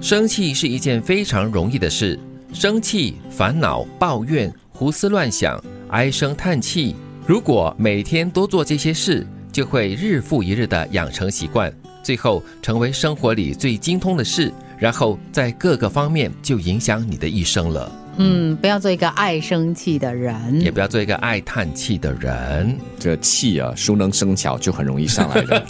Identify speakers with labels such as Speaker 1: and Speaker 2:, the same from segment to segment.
Speaker 1: 生气是一件非常容易的事，生气、烦恼、抱怨、胡思乱想、唉声叹气，如果每天多做这些事，就会日复一日的养成习惯，最后成为生活里最精通的事，然后在各个方面就影响你的一生了。
Speaker 2: 嗯，不要做一个爱生气的
Speaker 1: 也
Speaker 2: 人。
Speaker 1: 不要做一个爱叹气的人。
Speaker 3: 这个气啊，熟能生巧，就很容易上来了。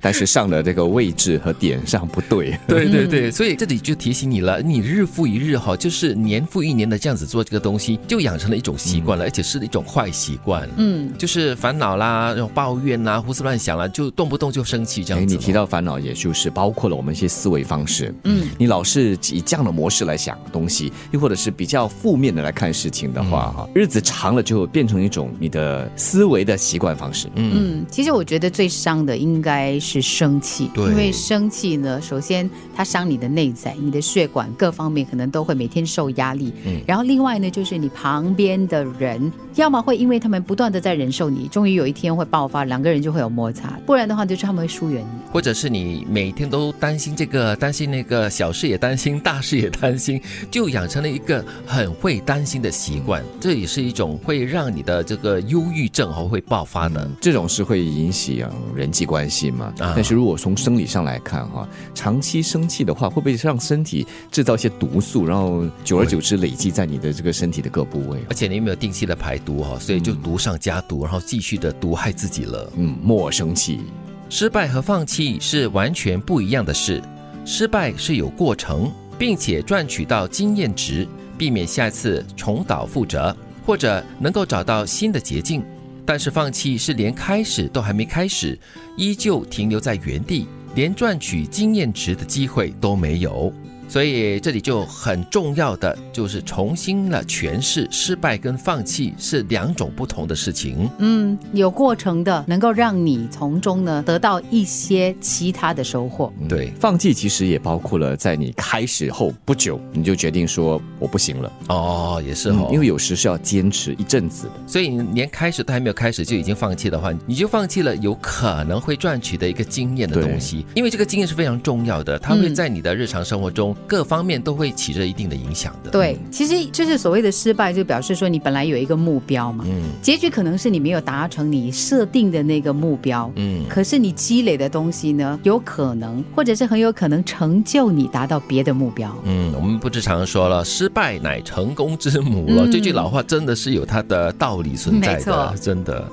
Speaker 3: 但是上的这个位置和点上不对，
Speaker 1: 对对对，所以这里就提醒你了，你日复一日哈，就是年复一年的这样子做这个东西，就养成了一种习惯了，而且是一种坏习惯。
Speaker 2: 嗯，
Speaker 1: 就是烦恼啦，然后抱怨啦，胡思乱想啦，就动不动就生气这
Speaker 3: 哎，
Speaker 1: 样子。
Speaker 3: 你提到烦恼，也就是包括了我们一些思维方式。
Speaker 2: 嗯，
Speaker 3: 你老是以这样的模式来想东西，又或者是比较负面的来看事情的话，哈、日子长了就变成一种你的思维的习惯方式。嗯，
Speaker 2: 嗯，其实我觉得最伤的应该是生气，
Speaker 1: 对
Speaker 2: 因为生气呢，首先它伤你的内在，你的血管各方面可能都会每天受压力。嗯，然后另外呢，就是你旁边的人，要么会因为他们不断的在忍受你，终于有一天会爆发，两个人就会有摩擦，不然的话就是他们会疏远你。
Speaker 1: 或者是你每天都担心这个，担心那个，小事也担心，大事也担心，就养成了一个很会担心的习惯，这也是一种会让你的这个忧郁症哦会爆发的。
Speaker 3: 这种是会引起啊人际关系嘛？
Speaker 1: 啊
Speaker 3: 但是如果从生理上来看哈、长期生气的话，会不会让身体制造一些毒素，然后久而久之累积在你的这个身体的各部位？
Speaker 1: 而且你有没有定期的排毒哈、哦，所以就毒上加毒，然后继续的毒害自己了。
Speaker 3: 嗯，莫生气。
Speaker 1: 失败和放弃是完全不一样的事。失败是有过程，并且赚取到经验值，避免下次重蹈覆辙，或者能够找到新的捷径。但是放弃是连开始都还没开始，依旧停留在原地，连赚取经验值的机会都没有。所以这里就很重要的就是重新了诠释失败跟放弃是两种不同的事情。
Speaker 2: 嗯，有过程的，能够让你从中呢得到一些其他的收获。
Speaker 1: 对
Speaker 3: 放弃其实也包括了在你开始后不久，你就决定说我不行了，
Speaker 1: 哦，也是
Speaker 3: 嗯
Speaker 1: 哦，
Speaker 3: 因为有时是要坚持一阵子的。
Speaker 1: 所以你连开始都还没有开始就已经放弃的话，你就放弃了有可能会赚取的一个经验的东西，因为这个经验是非常重要的，它会
Speaker 2: 嗯
Speaker 1: 在你的日常生活中各方面都会起着一定的影响的。
Speaker 2: 对，其实就是所谓的失败，就表示说你本来有一个目标嘛，
Speaker 1: 嗯
Speaker 2: 结局可能是你没有达成你设定的那个目标，
Speaker 1: 嗯，
Speaker 2: 可是你积累的东西呢，有可能或者是很有可能成就你达到别的目标。
Speaker 1: 嗯，我们不是常说了，失败乃成功之母了，
Speaker 2: 嗯
Speaker 1: 这句老话真的是有它的道理存在
Speaker 2: 没
Speaker 1: 的
Speaker 2: 错，
Speaker 1: 真的。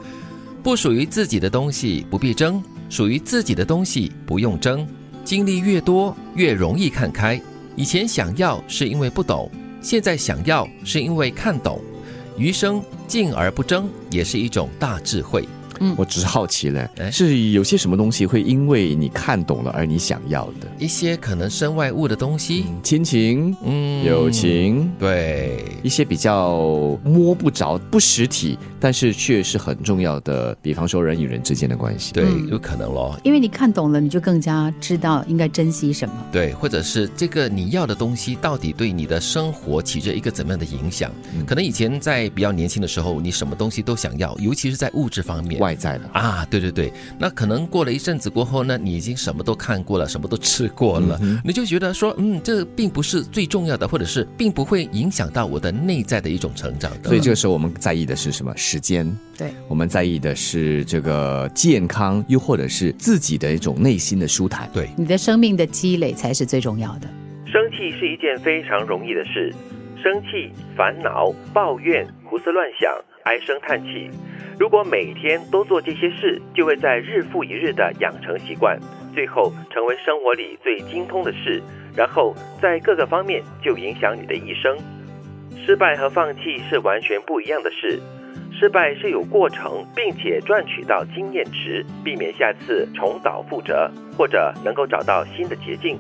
Speaker 1: 不属于自己的东西不必争，属于自己的东西不用争。经历越多，越容易看开。以前想要是因为不懂，现在想要是因为看懂。余生静而不争，也是一种大智慧。
Speaker 3: 我只是好奇嘞
Speaker 1: 哎，
Speaker 3: 是有些什么东西会因为你看懂了而你想要的？
Speaker 1: 一些可能身外物的东西，
Speaker 3: 亲情、
Speaker 1: 嗯，
Speaker 3: 友，情，
Speaker 1: 对，
Speaker 3: 一些比较摸不着、不实体，但是却是很重要的，比方说人与人之间的关系。
Speaker 1: 对，
Speaker 2: 嗯
Speaker 1: 有可能咯。
Speaker 2: 因为你看懂了，你就更加知道应该珍惜什么。
Speaker 1: 对，或者是这个你要的东西到底对你的生活起着一个怎么样的影响？
Speaker 3: 嗯
Speaker 1: 可能以前在比较年轻的时候，你什么东西都想要，尤其是在物质方面。
Speaker 3: 外在的，
Speaker 1: 啊，对对对，那可能过了一阵子过后呢，你已经什么都看过了，什么都吃过了，你就觉得说，嗯，这并不是最重要的，或者是并不会影响到我的内在的一种成长的。
Speaker 3: 所以这个时候我们在意的是什么？时间。
Speaker 2: 对，
Speaker 3: 我们在意的是这个健康，又或者是自己的一种内心的舒坦。
Speaker 1: 对，
Speaker 2: 你的生命的积累才是最重要的。
Speaker 1: 生气是一件非常容易的事，生气、烦恼、抱怨、胡思乱想、唉声叹气，如果每天都做这些事，就会在日复一日的养成习惯，最后成为生活里最精通的事，然后在各个方面就影响你的一生。失败和放弃是完全不一样的事。失败是有过程，并且赚取到经验值，避免下次重蹈覆辙，或者能够找到新的捷径。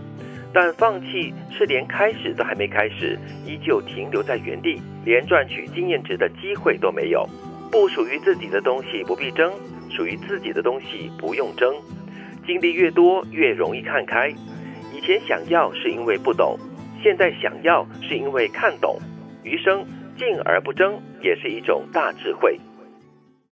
Speaker 1: 但放弃是连开始都还没开始，依旧停留在原地，连赚取经验值的机会都没有。不属于自己的东西不必争，属于自己的东西不用争。经历越多，越容易看开。以前想要是因为不懂，现在想要是因为看懂。余生静而不争，也是一种大智慧。